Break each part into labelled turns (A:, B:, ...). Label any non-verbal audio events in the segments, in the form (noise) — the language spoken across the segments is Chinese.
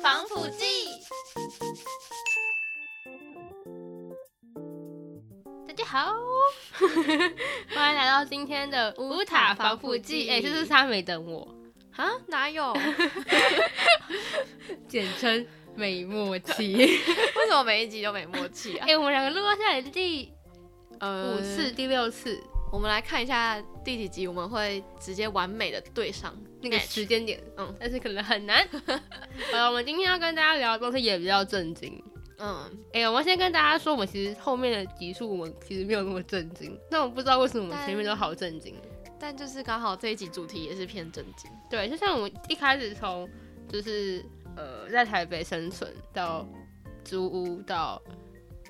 A: 防腐剂。大家 (laughs) 好，欢迎来到今天的乌塔防腐剂。哎、这是他没等我，
B: 啊？
A: (laughs)
B: 哪有？
A: 简称美默契。
B: 为什么每一集都没默契啊
A: (laughs) 哎、？我们两个录到现在也是第
B: 呃
A: 五次、，第六次
B: 我们来看一下第几集，我们会直接完美的对上
A: 那个
B: match
A: 时间点，
B: 嗯
A: 但是可能很难。 (laughs) 好了，我们今天要跟大家聊的东西也比较震惊。
B: 嗯，
A: 哎、我们先跟大家说，我们其实后面的集数我们其实没有那么震惊，但我不知道为什么我们前面都好震惊。
B: 但就是刚好这一集主题也是偏正经，
A: 对，就像我们一开始从就是呃在台北生存到租屋到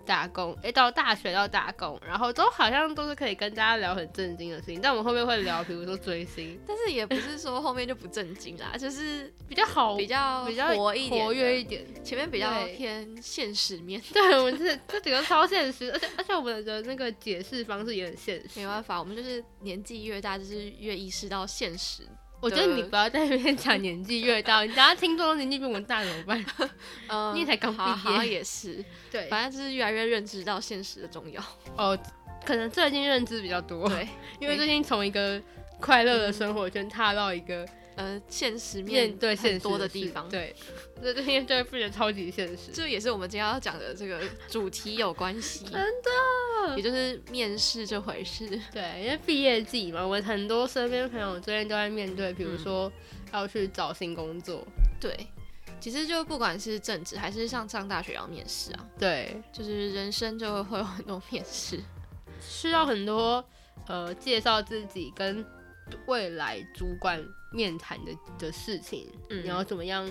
A: 打工，哎、到大学到打工，然后都好像都是可以跟大家聊很震惊的事情，但我们后面会聊，比如说追星，
B: 但是也不是说后面就不正经
A: (laughs)
B: 啦，就是
A: 比较好，
B: 比较
A: 哦比较
B: 活一点的，
A: 活跃一点。
B: 前面比较
A: 对
B: 偏现实
A: (laughs)
B: 面。
A: 对，我们这这几个超现实，而且而且我们的那个解释方式也很现
B: 没
A: 实。
B: 办法，我们就是年纪越大，就是越意识到现实。
A: 我觉得你不要在那边讲年纪越大，你等下听众年纪比我们大怎么办？
B: 嗯，
A: 哦你也才刚毕业
B: 好好像也是，
A: 对，
B: 反正就是越来越认知到现实的重要。
A: 哦，可能最近认知比较多，
B: 对，
A: (laughs) 因为最近从一个快乐的生活圈踏到一个
B: 呃，现实面
A: 面对现
B: 很
A: 实
B: 多的
A: 事
B: 地方，
A: 对， (laughs) 所以最近就会变得超级现实。
B: 这也是我们今天要讲的这个主题有关 (laughs) 系，
A: 真
B: 也就是面试这回事。
A: 对，因为毕业季嘛，我很多身边朋友最近都在面对，比如
B: 嗯
A: 说要去找新工作，
B: 对，其实就不管是正职还是像上大学要面试啊，
A: 对，
B: 就是人生就会有很多面试。
A: 需要很多呃介绍自己跟未来主管面谈的的事情，
B: 嗯
A: 你要怎么样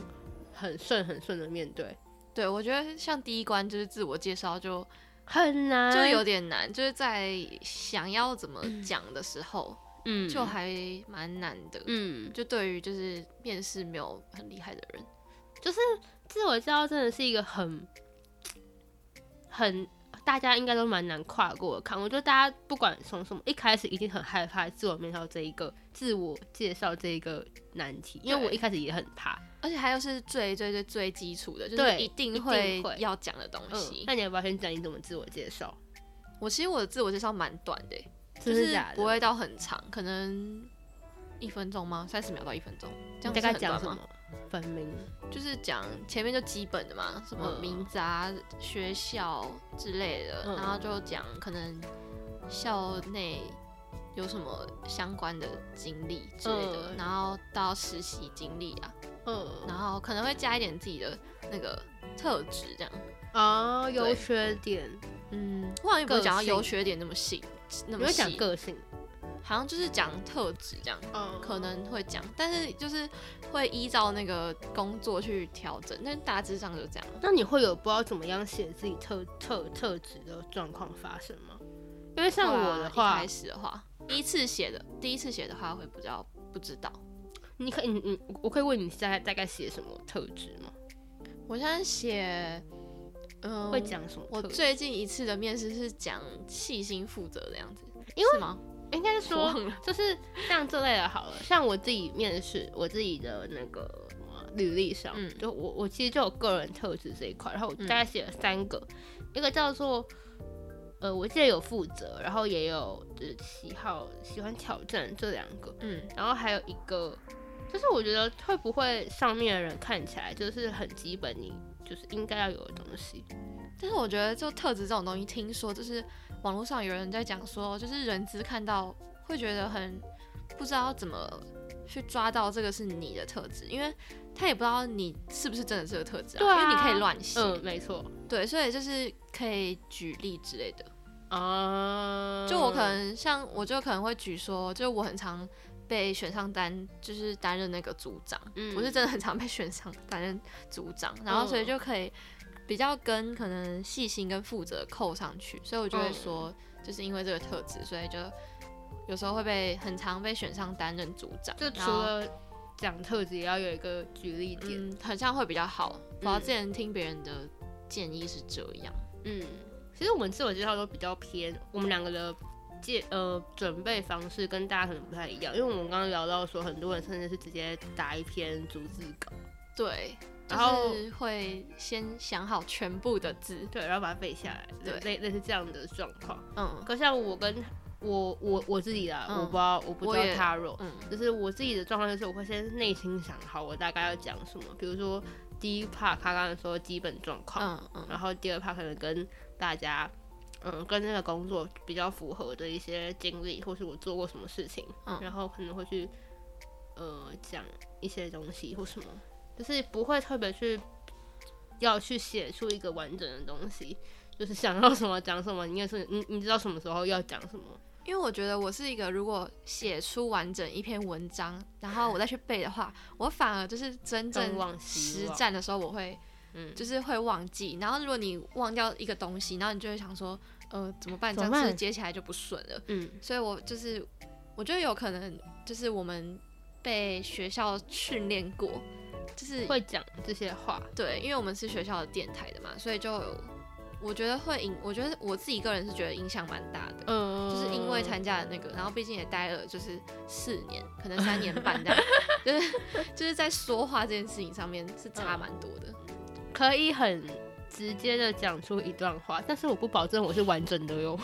A: 很顺很顺的面对，
B: 对，我觉得像第一关就是自我介绍就
A: 很难，
B: 就有点难，就是在想要怎么讲的时候，
A: 嗯
B: 就还蛮难的。
A: 嗯，
B: 就对于就是面试没有很厉害的人，
A: 自我介绍真的是一个很很大家应该都蛮难跨过的坎。我觉得大家不管从什么一开始，一定很害怕自我面绍这一个自我介绍这一个难题，因为
B: 对
A: 我一开始也很怕。
B: 而且还有是最最最最基础的，就是
A: 对
B: 一
A: 一
B: 定
A: 定
B: 会
A: 会
B: 要讲的东
A: 嗯
B: 西，。
A: 那你要不要先讲你怎么自我介绍？
B: 我其实我的自我介绍蛮短的欸、就
A: 真的
B: 是
A: 假的
B: 不会到很长，可能一分钟吗？三十秒到一分钟，这样
A: 大概
B: 是很
A: 讲
B: 短
A: 什
B: 吗？
A: 么？本名，
B: 就是讲前面就基本的嘛，什么
A: 嗯
B: 名字啊、学校之类的，
A: 嗯
B: 然后就讲可能校内有什么相关的经历之类的，
A: 嗯
B: 然后到实习经历啊，然
A: 嗯，
B: 后可能会加一点自己的那个特质这样。
A: 啊，优
B: 对
A: 缺点，
B: 嗯，我好像也不会讲到
A: 个性
B: 优缺点那么细，
A: 你
B: 那么
A: 会讲
B: 细，
A: 个性，
B: 好像就是讲特质这样。
A: 嗯
B: 可能会讲，但是就是会依照那个工作去调整，但大致上就这样。
A: 那你会有不知道怎么样写自己特特特质的状况发生吗？因为像我的
B: 啊一
A: 话
B: 开，始的话，第一次写的，第一次写的话会比较不知道。
A: 你可以你你我可以问你大概大概写什么特质吗？
B: 我现在写，嗯、
A: 会。讲什么
B: 我
A: 特质？
B: 最近一次的面试是讲细心负责的样子，
A: 因为
B: 是吗？
A: 应该是
B: 我
A: 说
B: 忘了。
A: 就是像这类的好了，像我自己面试我自己的那个呃履历上，
B: 嗯
A: 就我我其实就有个人特质这一块，然后我
B: 嗯
A: 大概写了三个，一个叫做呃我记得有负责，然后也有就是喜好喜欢挑战这两个，
B: 嗯
A: 然后还有一个，就是我觉得会不会上面的人看起来就是很基本，你就是应该要有的东西。
B: 但是我觉得就特质这种东西，听说就是网络上有人在讲说，就是人资看到会觉得很不知道怎么去抓到这个是你的特质，因为他也不知道你是不是真的这个特质、
A: 对啊
B: 因为你可以乱写、
A: 嗯，没错。
B: 对，所以就是可以举例之类的。
A: 啊、
B: 就我可能像我就可能会举说，就我很常被选上担，就是担任那个组长，
A: 嗯嗯
B: 我是真的很常被选上担任组长，然后所以就可以比较跟可能细心跟负责扣上去，所以我就
A: 嗯
B: 会说，就是因为这个特质，所以就有时候会被很常被选上担任组长，
A: 就
B: 然
A: 除
B: 后
A: 了讲特质，也要有一个举例点。
B: 嗯，很像会比较好。我之前听别人的建议是这样，
A: 嗯其实我们自我介绍都比较偏，我们两个的介呃准备方式跟大家可能不太一样，因为我们刚刚聊到说，很多人甚至是直接打一篇逐字稿，
B: 对，就
A: 然后
B: 是会先想好全部的字，
A: 对，然后把它背下来，
B: 对
A: 类类似这样的状况。
B: 嗯
A: 可像我跟我我我自己啦，
B: 嗯
A: 我不知道我不
B: 我
A: 知道
B: 也
A: 他弱，
B: 嗯
A: 就是我自己的状况就是我会先内心想好我大概要讲什么，比如说第一 part 他刚才说基本状况，
B: 嗯嗯
A: 然后第二 part 可能跟大家。嗯，跟这个工作比较符合的一些经历，或是我做过什么事情，
B: 嗯
A: 然后可能会去呃讲一些东西或什么，就是不会特别去要去写出一个完整的东西，就是想到什么讲什么，你也是你你知道什么时候要讲什么，
B: 因为我觉得我是一个如果写出完整一篇文章，然后我再去背的话，我反而就是真
A: 东
B: 正
A: 忘西
B: 实
A: 忘
B: 战的时候，我会
A: 嗯
B: 就是会忘记。然后如果你忘掉一个东西，然后你就会想说，呃，怎么办？这
A: 怎么
B: 样是不是
A: 办
B: 接起来就不顺了？
A: 嗯
B: 所以我就是我觉得有可能就是我们被学校训练过，就是
A: 会讲这些话，
B: 对，因为我们是学校的电台的嘛，所以就我觉得会影，我觉得我自己个人是觉得影响蛮大的。
A: 嗯
B: 就是因为参加了那个，然后毕竟也待了就是四年，可能三年半这样，就是就是在说话这件事情上面是差蛮多的。
A: 可以很直接的讲出一段话，但是我不保证我是完整的
B: (laughs)
A: 哟。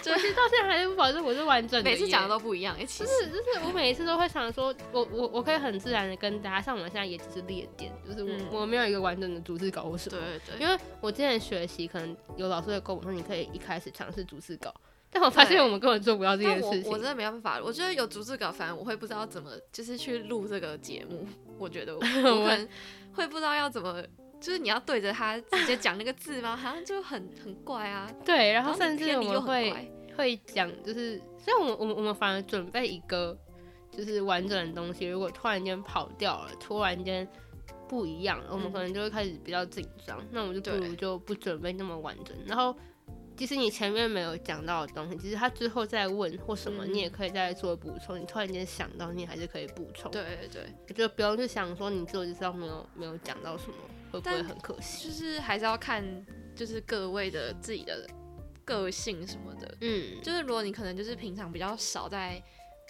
B: 就
A: 我其实到现在还是不保证我是完整的耶，
B: 每次讲的都不一样，哎、其
A: 就
B: 实
A: 是就是我每一次都会想说，我我我可以很自然的跟大家，像我们现在也只是列点，就是我、
B: 嗯
A: 我没有一个完整的逐字稿或什么。
B: 对对
A: 因为我之前学习，可能有老师会跟我说，你可以一开始尝试逐字稿，但我发现
B: 对
A: 我们根本做不到这件
B: 但我
A: 事情。
B: 我真的没办法，我觉得有逐字稿，反正我会不知道怎么就是去录这个节目，我觉得 (laughs) 我我可能会不知道要怎么。就是你要对着他直接讲那个字吗？好像就很很怪啊，
A: 对，然
B: 然
A: 后
B: 后
A: 甚至
B: 偏
A: 我
B: 离又
A: 们
B: 很
A: 会
B: 怪。
A: 会讲，就是所以我们我们我们反而准备一个就是完整的东西，如果突然间跑掉了，突然间不一样了，我们
B: 嗯
A: 可能就会开始比较紧张。那我们就不
B: 对
A: 如就不准备那么完整。然后，即使你前面没有讲到的东西，其实他之后再问或什么，
B: 嗯
A: 你也可以再做补充。你突然间想到，你还是可以补充。，
B: 对对对，
A: 我觉得不用去想说你只有知道没有没有讲到什么，会不会
B: 但
A: 很可惜？
B: 就是还是要看就是各位的自己的个性什么的。
A: 嗯，
B: 就是如果你可能就是平常比较少在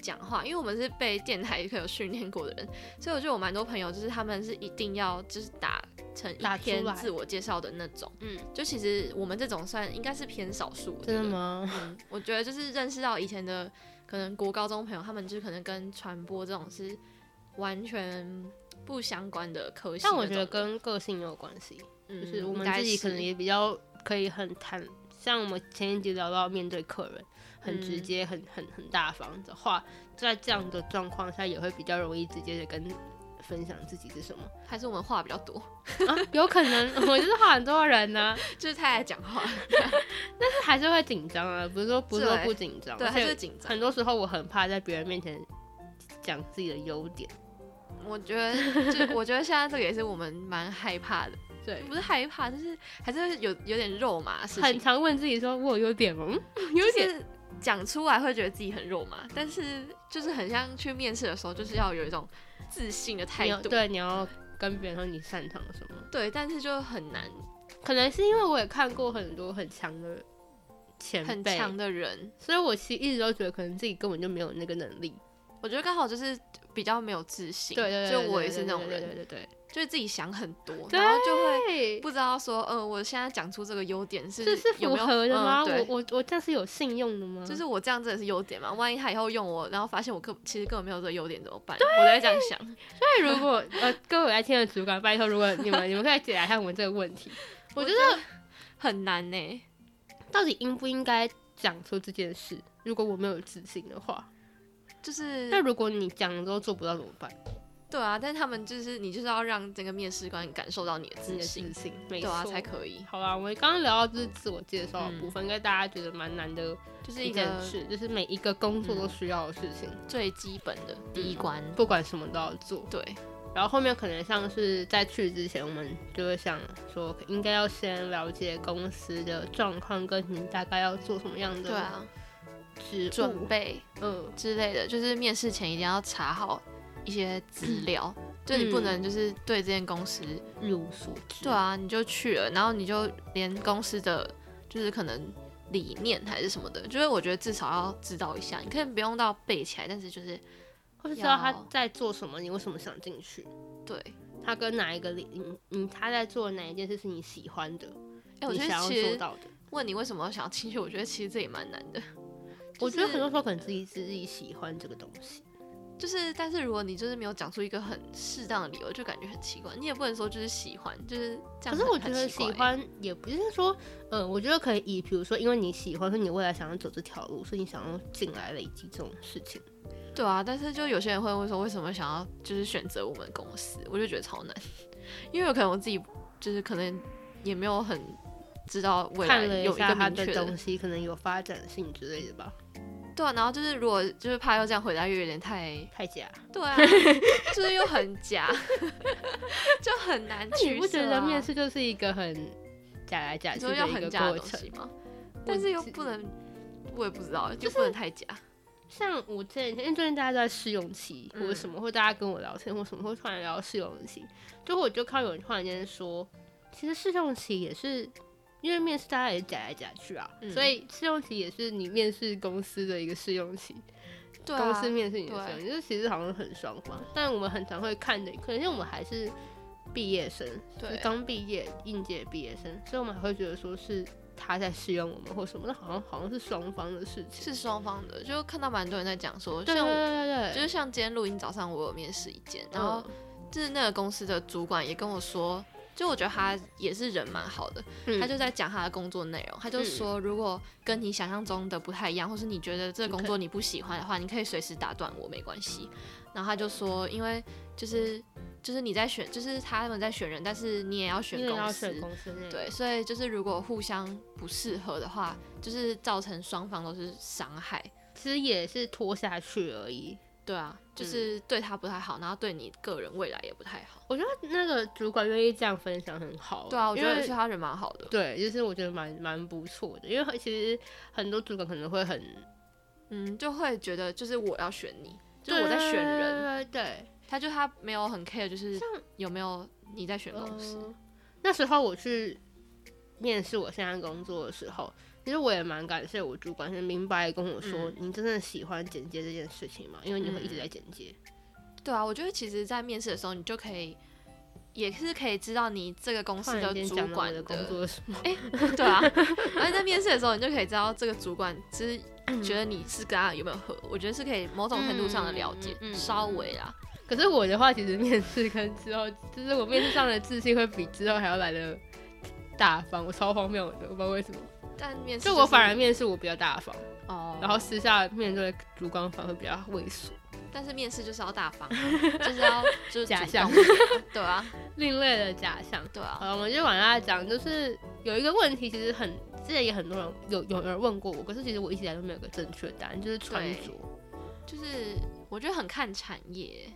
B: 讲话，因为我们是被电台课有训练过的人，所以我觉得我蛮多朋友就是他们是一定要就是打成
A: 打
B: 一
A: 出
B: 篇
A: 来
B: 自我介绍的那种。
A: 嗯，
B: 就其实我们这种算应该是偏少数。我觉
A: 真的
B: 得？
A: 吗？
B: 嗯，我觉得就是认识到以前的可能国高中朋友，他们就是可能跟传播这种是完全不相关的科系
A: 但
B: 那种
A: 我
B: 的。
A: 觉得跟个性有关系。
B: 嗯
A: 就是我
B: 应
A: 们
B: 该
A: 自己
B: 是
A: 可能也比较可以很坦，像我们前一集聊到面对客人很直
B: 嗯
A: 接、很很很大方的话，在这样的状况下也会比较容易直接的跟分享自己是什么
B: 还是我们话比较
A: (laughs)
B: 多，
A: 啊，有可能 (laughs) 我就是话很多的人呢、
B: 就是太爱讲话，
A: 但还是会紧张啊，不是说不是说
B: 对
A: 不紧张，
B: 对，
A: 而
B: 还是会
A: 且
B: 紧张。
A: 很多时候我很怕在别人面前讲自己的优点，
B: 我觉得，就是 (laughs) 我觉得现在这个也是我们蛮害怕的，
A: 对。
B: 不是害怕，就是还是会有有点肉麻的事
A: 很
B: 情，
A: 常问自己说：“我有优点吗？”嗯有点
B: 就是讲出来会觉得自己很肉麻，但是就是很像去面试的时候，就是要有一种自信的态
A: 你要
B: 度，
A: 对，你要跟别人说你擅长什么。
B: 对但是就很难，
A: 可能是因为我也看过很多很强的前
B: 很
A: 辈，
B: 强的人，
A: 所以我其实一直都觉得可能自己根本就没有那个能力。
B: 我觉得刚好就是比较没有自信，
A: 对对对，
B: 就我也是那种
A: 对
B: 人，
A: 对对对
B: 就是自己想很多，
A: 对
B: 然后就会。
A: 对。
B: 不知道说，呃，我现在讲出这个优点是
A: 这是符
B: 有没有
A: 合的吗？
B: 嗯对
A: 我我我这样是有信用的吗？
B: 就是我这样真的是优点嘛？万一他以后用我，然后发现我根其实根本没有这个优点怎么办？我都在这样想。
A: 所
B: (laughs)
A: 以如果呃各位来听的主管，拜托，如果你们你们可以解答一下我们这个问
B: (laughs)
A: 题，我觉得
B: 很难呢。
A: 到底应不应该讲出这件事？如果我没有自信的话，
B: 就是
A: 那如果你讲了之后做不到怎么办？
B: 对啊，但是他们就是你就是要让整个面试官感受到你的
A: 你
B: 自
A: 的
B: 信
A: 自，信，没
B: 对
A: 错，
B: 啊才可以，
A: 好啦，我们刚刚聊到就是自我介绍的
B: 嗯
A: 部分，应该大家觉得蛮难的
B: 就是
A: 一
B: 一
A: 件
B: 个
A: 事，就是每一个工作都需要的事情，
B: 最基本的第一关。
A: 不管什么都要做。
B: 对，
A: 然后后面可能像是在去之前，我们就会想说，应该要先了解公司的状况，跟你大概要做什么样
B: 对
A: 的
B: 啊，
A: 职
B: 准
A: 务，
B: 备
A: 嗯，
B: 之类的，就是面试前一定要查好一些资料，就你不
A: 嗯
B: 能就是对这间公司
A: 一无所知。
B: 对啊，你就去了，然后你就连公司的就是可能理念还是什么的，就是我觉得至少要知道一下，你可以不用到背起来，但是就是
A: 或是知道
B: 要
A: 他在做什么，你为什么想进去？
B: 对，
A: 他跟哪一个领，你你他在做哪一件事是你喜欢的，
B: 哎、我
A: 你
B: 觉得
A: 想要
B: 其
A: 做
B: 实
A: 到的。
B: 问你为什么想要进去，我觉得其实这也蛮难的。
A: 我觉得很
B: 就是
A: 多时候可能自己自己喜欢这个东西，
B: 就是，但是如果你就是没有讲出一个很适当的理由，就感觉很奇怪。你也不能说就是喜欢，就是
A: 可
B: 这样很。
A: 是我觉得
B: 很
A: 喜
B: 奇怪欸
A: 欢也不是说，呃，我觉得可以以，比如说因为你喜欢，所以你未来想要走这条路，所以你想要进来累积这种事情。
B: 对啊，但是就有些人会问说，为什么想要就是选择我们公司？我就觉得超难，因为有可能我自己就是可能也没有很知道未来
A: 看了
B: 有
A: 一
B: 一
A: 下
B: 个
A: 他
B: 明
A: 的
B: 确
A: 东西，可能有发展性之类的吧。
B: 对啊，然后就是如果就是怕又这样回答，又有点太
A: 太假，(laughs)
B: 对啊，就是又很假， (laughs) 就很难
A: 那
B: 取舍、啊。
A: 你不觉得面试就是一个很假来假
B: 你
A: 去
B: 说
A: 的
B: 要
A: 一
B: 很
A: 个
B: 假的
A: 过
B: 东
A: 程？
B: 西吗？但是又不能，我也不知道，就不能太假。
A: 像我之前，因为最近大家都在试用期或
B: 嗯
A: 者什么，或大家跟我聊天或什么，会突然聊到试用期，就我就看到有人突然间说，其实试用期也是因为面试大家也假来假去啊，
B: 嗯
A: 所以试用期也是你面试公司的一个试用期，
B: 对
A: 公
B: 啊
A: 司，面试你的
B: 对
A: 试用期，这其实好像很双方，但我们很常会看的，可能因为我们还是毕业生，就是
B: 对，
A: 刚毕业应届毕业生，所以我们还会觉得说是他在试用我们或什么，那好像好像是双方的事情。
B: 是双方的，就看到蛮多人在讲说，
A: 对对
B: 像我。
A: 对对，
B: 就是像今天录音早上，我有面试一间，然后就是那个公司的主管也跟我说，就我觉得他也是人蛮好的，
A: 嗯
B: 他就在讲他的工作内容，他就说如果跟你想象中的不太一样，或是你觉得这个工作你不喜欢的话，你可以随时打断我，没关系。然后他就说，因为就是就是你在选，就是他们在选人，但是你也要选
A: 因为
B: 公
A: 要
B: 司
A: 选，公司内，
B: 对，所以就是如果互相不适合的话，就是造成双方都是伤害。
A: 其实也是拖下去而已。
B: 对啊，
A: 嗯
B: 就是对他不太好，然后对你个人未来也不太好。
A: 我觉得那个主管愿意这样分享很好，欸
B: 对啊，我觉得
A: 因为
B: 是他人蛮好的。
A: 对，就是我觉得蛮蛮不错的，因为其实很多主管可能会很，
B: 嗯，就会觉得就是我要选你，就是我在选人，，
A: 对对
B: 他就他没有很 care，就是有没有你在选
A: 对
B: 公司。
A: 嗯那时候我去面试我现在工作的时候，其实我也蛮感谢我主管，是明白地跟我说，你真的喜欢剪接这件事情吗？因为你会一直在剪接，
B: 对啊，我觉得其实，在面试的时候，你就可以，也是可以知道你这个公
A: 突
B: 司
A: 然间
B: 主
A: 讲到我
B: 管
A: 的工作是什么，
B: (laughs) 对啊，而且在面试的时候，你就可以知道这个主管就是觉得你是跟他有没有合。我觉得是可以某种程度上的了解，
A: 嗯嗯嗯嗯嗯
B: 稍微啦。
A: 可是我的话，其实面试跟之后，就是我面试上的自信会比之后还要来的大方。我超荒谬的，我不知道为什么。
B: 但面试
A: 就是我反而面试我比较大方，
B: 哦，
A: 然后私下面对主管反而会比较猥琐，
B: 但是面试就是要大
A: (laughs)
B: 方啊，就是要就是
A: 假
B: 主动 (laughs)
A: 象
B: 一点啊对啊，
A: 另类的假象。(laughs)
B: 对啊。
A: 好了，我们就往下讲，就是有一个问题，其实很之前也很多人有有人问过我，可是其实我一直以来都没有个正确答案，就是穿着
B: 就是我觉得很看产业，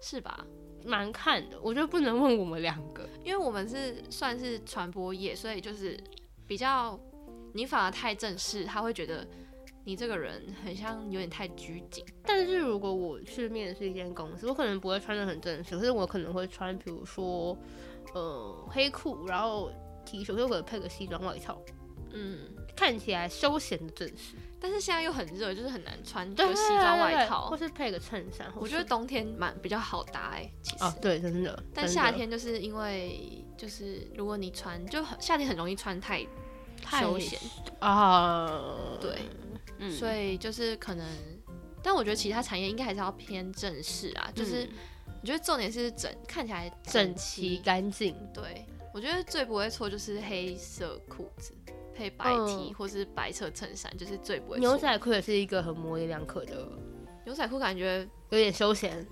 B: 是吧？
A: 蛮看的，我觉得不能问我们两个。
B: 因为我们是算是传播业，所以就是比较你反而太正式，他会觉得你这个人很像有点太拘谨。
A: 但是如果我去面试一间公司，我可能不会穿的很正式，可是我可能会穿，比如说，呃，黑裤，然后 T 恤，可是我可能配个西装外套，
B: 嗯，
A: 看起来休闲的正式，
B: 但是现在又很热，就是很难穿
A: 对
B: 就西装外
A: 或
B: 套。
A: 是配个衬衫或什么。
B: 我觉得冬天蛮比较好搭哎、其实。
A: 哦，对，真的。
B: 但
A: 真的
B: 夏天就是因为就是如果你穿就很夏天很容易穿太
A: 太
B: 休闲，
A: 啊，
B: 对，
A: 嗯
B: 所以就是可能，但我觉得其他产业应该还是要偏正式啊，就是
A: 嗯
B: 我觉得重点是整看起来
A: 整齐
B: 齐。
A: 干净。
B: 对，我觉得最不会错就是黑色裤子配白 T、
A: 嗯
B: 或是白色衬衫，就是最不会
A: 牛
B: 错。
A: 仔裤也是一个很模棱两可的，
B: 牛仔裤感觉，
A: 有点休闲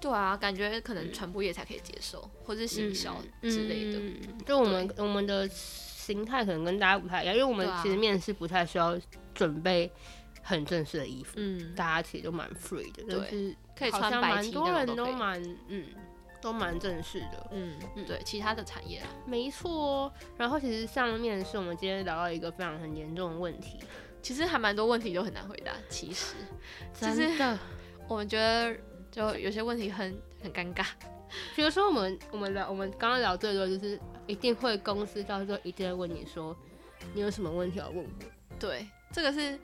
B: 对啊，感觉可能传播业才可以接受，或是行销之类的。
A: 嗯嗯嗯就我们我们的形态可能跟大家不太一样，因为我们
B: 对啊
A: 其实面试不太需要准备很正式的衣服，
B: 嗯，
A: 大家其实都蛮 free 的，就
B: 对
A: 是
B: 可以
A: 好
B: 穿
A: 像
B: 白
A: 蛮
B: T
A: 多
B: 那
A: 人
B: 种都
A: 都
B: 可以。
A: 蛮嗯都蛮正式的，
B: 嗯，
A: 嗯
B: 对，其他的产业啊，
A: 没错哦。然后其实上面是我们今天聊到一个非常很严重的问题，
B: 其实还蛮多问题都很难回答。其实就是
A: 真的。
B: 我们觉得就有些问题很很尴尬。
A: 比如说我们我们聊我们刚刚聊最多就是一定会公司到时候一定会问你说你有什么问题要问我，
B: 对，这个是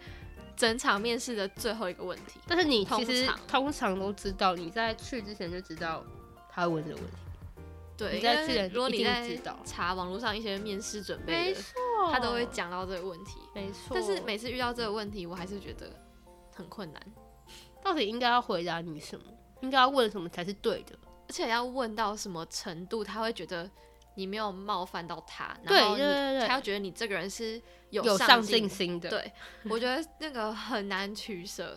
B: 整场面试的最后一个问题。
A: 但是你其实
B: 通常
A: 通常都知道，你在去之前就知道他会问这个问题，
B: 对，
A: 你在
B: 因为
A: 去的人
B: 如果
A: 一
B: 你
A: 定
B: 在
A: 知道
B: 查网络上一些面试准备
A: 没
B: 的，
A: 错，
B: 他都会，讲到这个问题。
A: 没错。
B: 但是每次遇到这个问题，我还是觉得很困难，
A: 到底应该要回答你什么？应该要问什么才是对的？
B: 而且要问到什么程度，他会觉得你没有冒犯到他，
A: 对
B: 然后你
A: 对对对
B: 他要觉得你这个人是有
A: 有
B: 上
A: 上进心的。，
B: 对， (laughs) 我觉得那个很难取舍。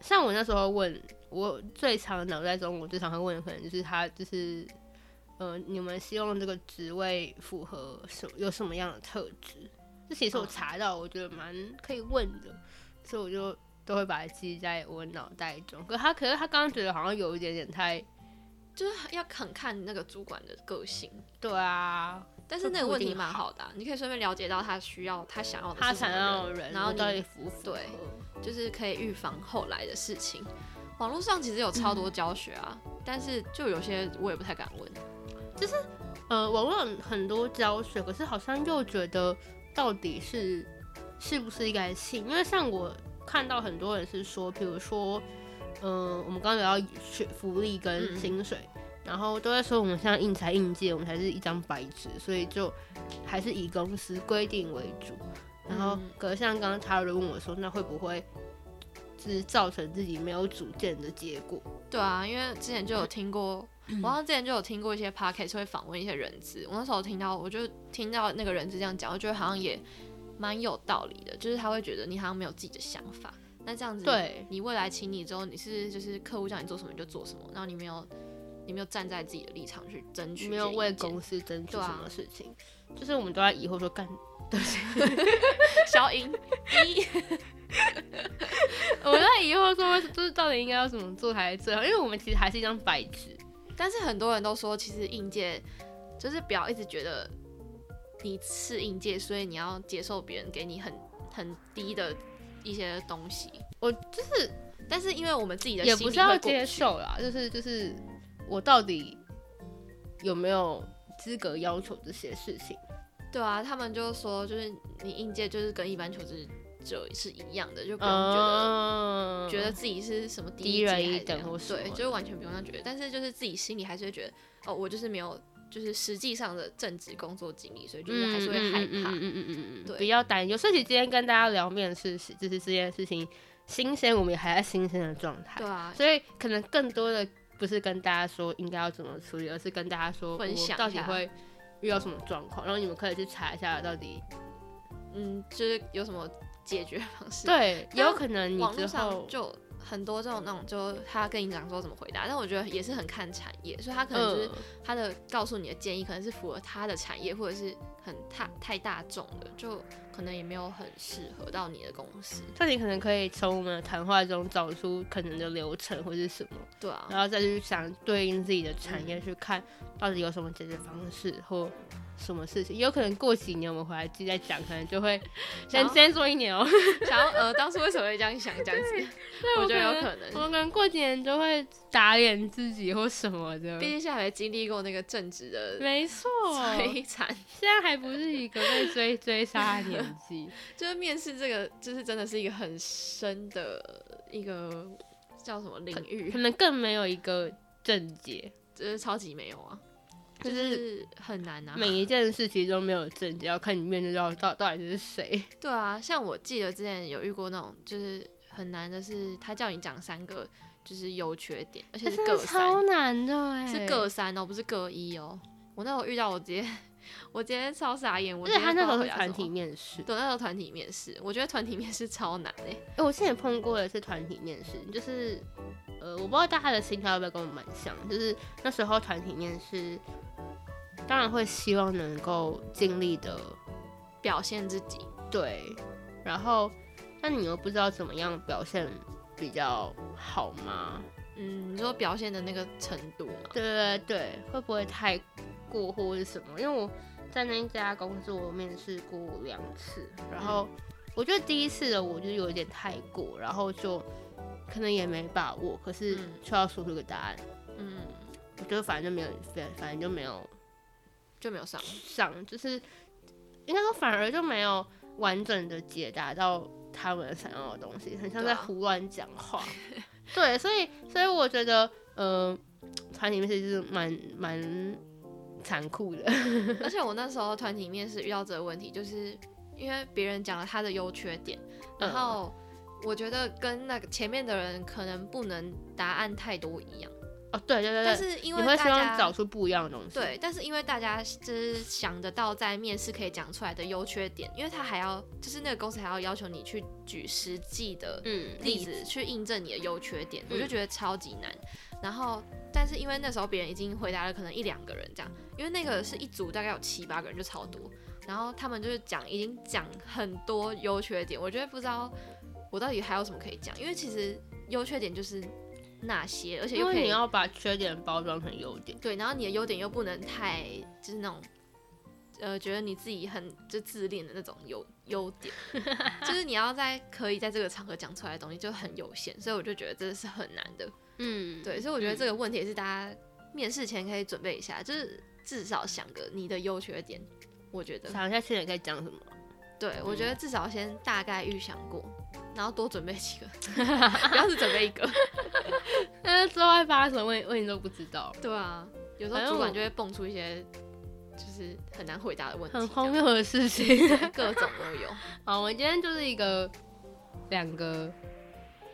A: 像我那时候问我最常脑袋中我最常会问的，可能就是他就是，呃，你们希望这个职位符合什有什么样的特质？这其实我
B: 嗯
A: 查到，我觉得蛮可以问的，所以我就都会把它记在我脑袋中。可他可是他刚刚觉得好像有一点点太，
B: 就是要很看那个主管的个性，
A: 对啊，
B: 但是
A: 就
B: 那个
A: 不一
B: 问题
A: 定
B: 蛮好的啊、你可以顺便了解到他需要、他想要的
A: 他
B: 是什
A: 想
B: 么
A: 要的
B: 人
A: 人，
B: 然后
A: 我到
B: 你
A: 底符不符合
B: 对就是可以预防后来的事情。网络上其实有超
A: 嗯
B: 多教学啊，但是就有些我也不太敢问。
A: 呃，网络上很多教学，可是好像又觉得到底是是不是应该信？因为像我看到很多人是说，比如说，嗯、我们刚刚聊到学福利跟
B: 嗯
A: 薪水，然后都在说我们现在应才应届，我们才是一张白纸，所以就还是以公司规定为主。然后
B: 嗯，
A: 可是像刚刚查理问我说，那会不会就是造成自己没有主见的结果？
B: 对啊，因为之前就有听过，
A: 嗯
B: 我好像之前就有听过一些 podcast 会访问一些人资，我那时候听到，我就听到那个人资这样讲，我觉得好像也蛮有道理的，就是他会觉得你好像没有自己的想法，那这样子，
A: 对
B: 你未来请你之后，你是就是客户叫你做什么你就做什么，然后你没有你没有站在自己的立场去争取这些意见，
A: 没有为
B: (laughs)
A: 公司争取
B: 对啊
A: 什么事情，就是我们都在疑惑说干。
B: 小赢一，
A: 我在疑惑说，就是到底应该要怎么做才是最好？因为我们其实还是一张白纸，
B: 但是很多人都说，其实应届就是不要一直觉得你是应届，所以你要接受别人给你很很低的一些东西。
A: 我
B: 就是，但是因为我们自己的
A: 也
B: 心
A: 不
B: 里
A: 是要
B: 会过
A: 接
B: 不去，
A: 受啦，就是就是我到底有没有资格要求这些事情？
B: 对啊，他们就说就是你应届就是跟一般求职者是一样的，就不用觉得。
A: 嗯
B: 觉得自己是什么第
A: 低
B: 一届
A: 人
B: 还是
A: 一
B: 怎
A: 等
B: 样
A: 或什么
B: 对，就是完全不用那样觉得，但是就是自己心里还是会觉得，哦，我就是没有，就是实际上的正职工作经历，所以就是还是会害怕。
A: 嗯嗯嗯嗯嗯嗯嗯，
B: 对
A: 不要担忧。所以其实今天跟大家聊面试，就是这件事情新鲜，我们也还在新鲜的状态
B: 对，啊，
A: 所以可能更多的不是跟大家说应该要怎么处理，而是跟大家说
B: 分享
A: 我
B: 一
A: 到底
B: 下
A: 会遇到什么状况，然后你们可以去查一下到底
B: 嗯，就是有什么解决方式？， (laughs)
A: 对，也
B: 但
A: 有可能你
B: 网
A: 之
B: 络上
A: 后
B: 就有很多这种那种，就他跟你讲说怎么回答，但我觉得也是很看产业，所以他可能就是
A: 嗯
B: 他的告诉你的建议，可能是符合他的产业，或者是很太太大众的，就可能也没有很适合到你的公司。
A: 那你可能可以从我们的谈话中找出可能的流程或是什么，
B: 对啊，
A: 然后再去想对应自己的产
B: 嗯
A: 业去看到底有什么解决方式或什么事情。也有可能过几年我们回来继续再讲，可能就
B: (laughs)
A: 会
B: 想
A: 先
B: 要
A: 先说一年哦、
B: 想要呃，当初为什么会这样想这样子？ (laughs) 我觉得有可
A: 我
B: 能，
A: 们可能过几年就会打脸自己或什么的
B: 毕。竟现在还经历过那个正职的
A: 没错，
B: 摧残，
A: 现在还不是一个被追追杀的年 (laughs) 纪。
B: 就是面试这个，就是真的是一个很深的一个叫什么领域
A: 可。能更没有一个症结，
B: 就是超级没有啊，
A: 就
B: 就是是很难啊。
A: 每一件事情都没有症结，要看你面对到到到底是谁。
B: 对啊，像我记得之前有遇过那种，就是很难的是，他叫你讲三个就是优缺点，而且
A: 哎
B: 是各三，
A: 难的哎
B: 是各三哦，不是各一哦。我那时候遇到，我直接我直接超傻眼，我
A: 而
B: 直
A: 且
B: 接
A: 他那时候
B: 不
A: 是
B: 知道回答
A: 团
B: 什么
A: 体。面试，
B: 对，那时候团体面试，我觉得团体面试超难欸诶、
A: 哎、我之前也碰过的是团体面试，就是呃，我不知道大家的心态会不会跟我蛮像，就是那时候团体面试，当然会希望能够尽力的
B: 表现自己。
A: 对，然后但你又不知道怎么样表现比较好吗？
B: 嗯，你说表现的那个程度嘛，
A: 对对对，会不会太过或是什么？因为我在那一家公司，我面试过两次，然后我觉得第一次的我就有一点太过，然后就可能也没把握，可是
B: 嗯
A: 却要说出个答案，
B: 嗯，
A: 我觉得反正就没有，反反正就没有
B: 就没有上。
A: 上，就是应该说反而就没有完整的解答到他们想要的东西，很像
B: 对
A: 在
B: 啊
A: 胡乱讲
B: (laughs)
A: 话。对，所以所以我觉得，呃，团体面试就是蛮蛮残酷的。 (laughs)
B: 而且我那时候团体面试遇到这个问题，就是因为别人讲了他的优缺点，
A: 嗯
B: 然后我觉得跟那个前面的人可能不能答案太多一样，
A: 哦，对对对对，
B: 但是因为
A: 你会
B: 大
A: 希望
B: 家
A: 找出不一样的东西。
B: 对，但是因为大家就是想得到在面试可以讲出来的优缺点，因为他还要就是那个公司还要要求你去举实际的
A: 嗯，嗯，
B: 例子去印证你的优缺点，我就
A: 嗯
B: 觉得超级难。然后，但是因为那时候别人已经回答了可能一两个人这样，因为那个是一组大概有七八个人就超多，然后他们就是讲已经讲很多优缺点，我觉得不知道我到底还有什么可以讲，因为其实优缺点就是那些，而且
A: 因
B: 又可
A: 为
B: 以
A: 你要把缺点包装成优点。
B: 对，然后你的优点又不能太就是那种，呃，觉得你自己很就自恋的那种优优点， (laughs) 就是你要在可以在这个场合讲出来的东西就很有限，所以我就觉得这是很难的。
A: 嗯，
B: 对，所以我觉得这个问题也是大家面试前可以准备一下，就是至少想个你的优缺点。我觉得，
A: 想一下缺点可以讲什
B: (laughs)
A: 么。
B: 对我
A: 嗯
B: 觉得至少先大概预想过，然后多准备几个， (laughs) 不要只准备一个。 (laughs)
A: 但呃是之后会发生什么问问题都不知道，
B: 对啊，有时候
A: 反正
B: 主管
A: 我
B: 就会蹦出一些就是很难回答的问题，
A: 很荒谬的事情。 (laughs)
B: 各种都有。
A: 好，我们今天就是一个两个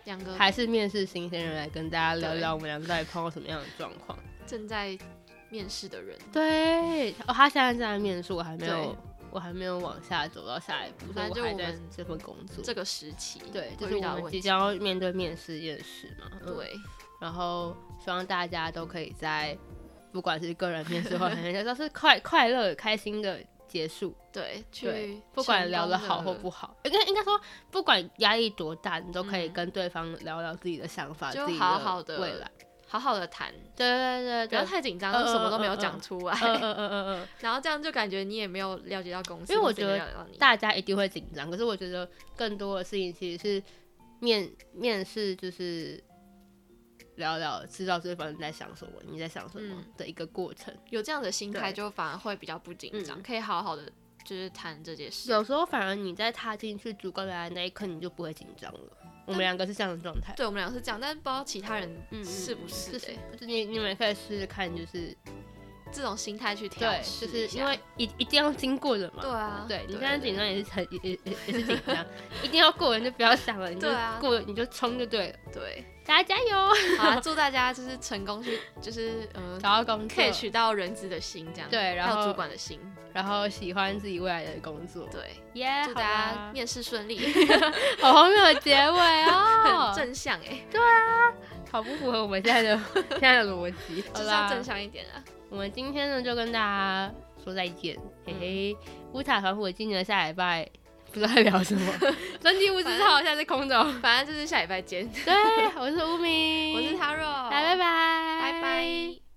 B: 两个
A: 还是面试新鲜人来跟大家聊
B: 对
A: 聊我们两个到底碰到什么样的状况。
B: 正在面试的人，
A: 对，哦，他现在正在面试，我还没有
B: 对，
A: 我还没有往下走到下一步，所以
B: 反正
A: 我
B: 就
A: 还
B: 我
A: 在
B: 们
A: 这份工作。
B: 这个时期
A: 对，就
B: 会
A: 是我
B: 遇到的
A: 们
B: 问
A: 即
B: 题。
A: 将要面对面试这件事嘛。嗯，
B: 对，
A: 然后希望大家都可以在不管是个人面试或者人家都是 (laughs) 快快乐开心的结束，
B: 对，
A: 对
B: 去，
A: 不管聊
B: 的
A: 得好或不，好，应该应该说不管压力多大，你都可以
B: 嗯
A: 跟对方聊聊自己的想法，
B: 就
A: 自己
B: 好好
A: 的
B: 地
A: 未来，
B: 好好的谈，
A: 对对对
B: 不要
A: 对，
B: 太紧张，
A: 呃
B: 什么都没有
A: 呃
B: 讲出来，
A: 嗯嗯嗯嗯嗯，
B: (laughs) 然后这样就感觉你也没有了解到公司，
A: 因为我
B: 公司也
A: 觉
B: 没有了解到你
A: 大家一定会紧张，可是我觉得更多的事情其实是面面试就是。聊聊，知道对方在想什么，你在想什么
B: 嗯
A: 的一个过程。
B: 有这样的心态，
A: 对
B: 就反而会比较不紧张，
A: 嗯
B: 可以好好的就是谈这件事。
A: 有时候反而你在踏进去主管来的那一刻，你就不会紧张了。我们两个是这样的状态，
B: 对我们俩是这样，但不知道其他人
A: 嗯嗯，嗯
B: 是
A: 嗯
B: 不是
A: 就
B: 欸、
A: 就是你你们可以试试看，就是
B: 这种心态去调
A: 对，
B: 试
A: 就是
B: 一下
A: 因为一一定要经过的嘛。
B: 对啊，
A: 对你现在紧
B: 对
A: 张也是很 (laughs) 也也也也是紧张，一定要过了你就不要想了，你就
B: 对啊
A: 过了你就冲就对了，
B: 对，
A: 大家加
B: (laughs)
A: 油，
B: 好啊，祝大家就是成功去，就是嗯，
A: 找到工作，
B: catch 到人资的心，这样
A: 对然后
B: 还有主管的心，
A: 然后喜欢自己未来的工作，
B: 对，
A: 耶，哎好
B: 祝
A: 啊
B: 大家
A: 啦
B: 面试
A: (laughs)
B: 顺利，
A: 好荒谬的结尾
B: (laughs) 很
A: 哦，
B: 正向哎，
A: 好不符合我们现在的 (laughs) 现在的逻辑，
B: (laughs) 就
A: 好
B: 是
A: 啦
B: 要正向一点啊，
A: 我们今天呢就跟大家说再见，嘿嘿，
B: 嗯
A: 乌塔团伙今年下礼拜不知道在聊什
B: (laughs)
A: 么，专辑无知道，下次空中。
B: 反正就是下礼拜见，
A: 对，我是乌明，
B: 我是
A: 来，
B: Taro，
A: 拜拜，
B: 拜拜。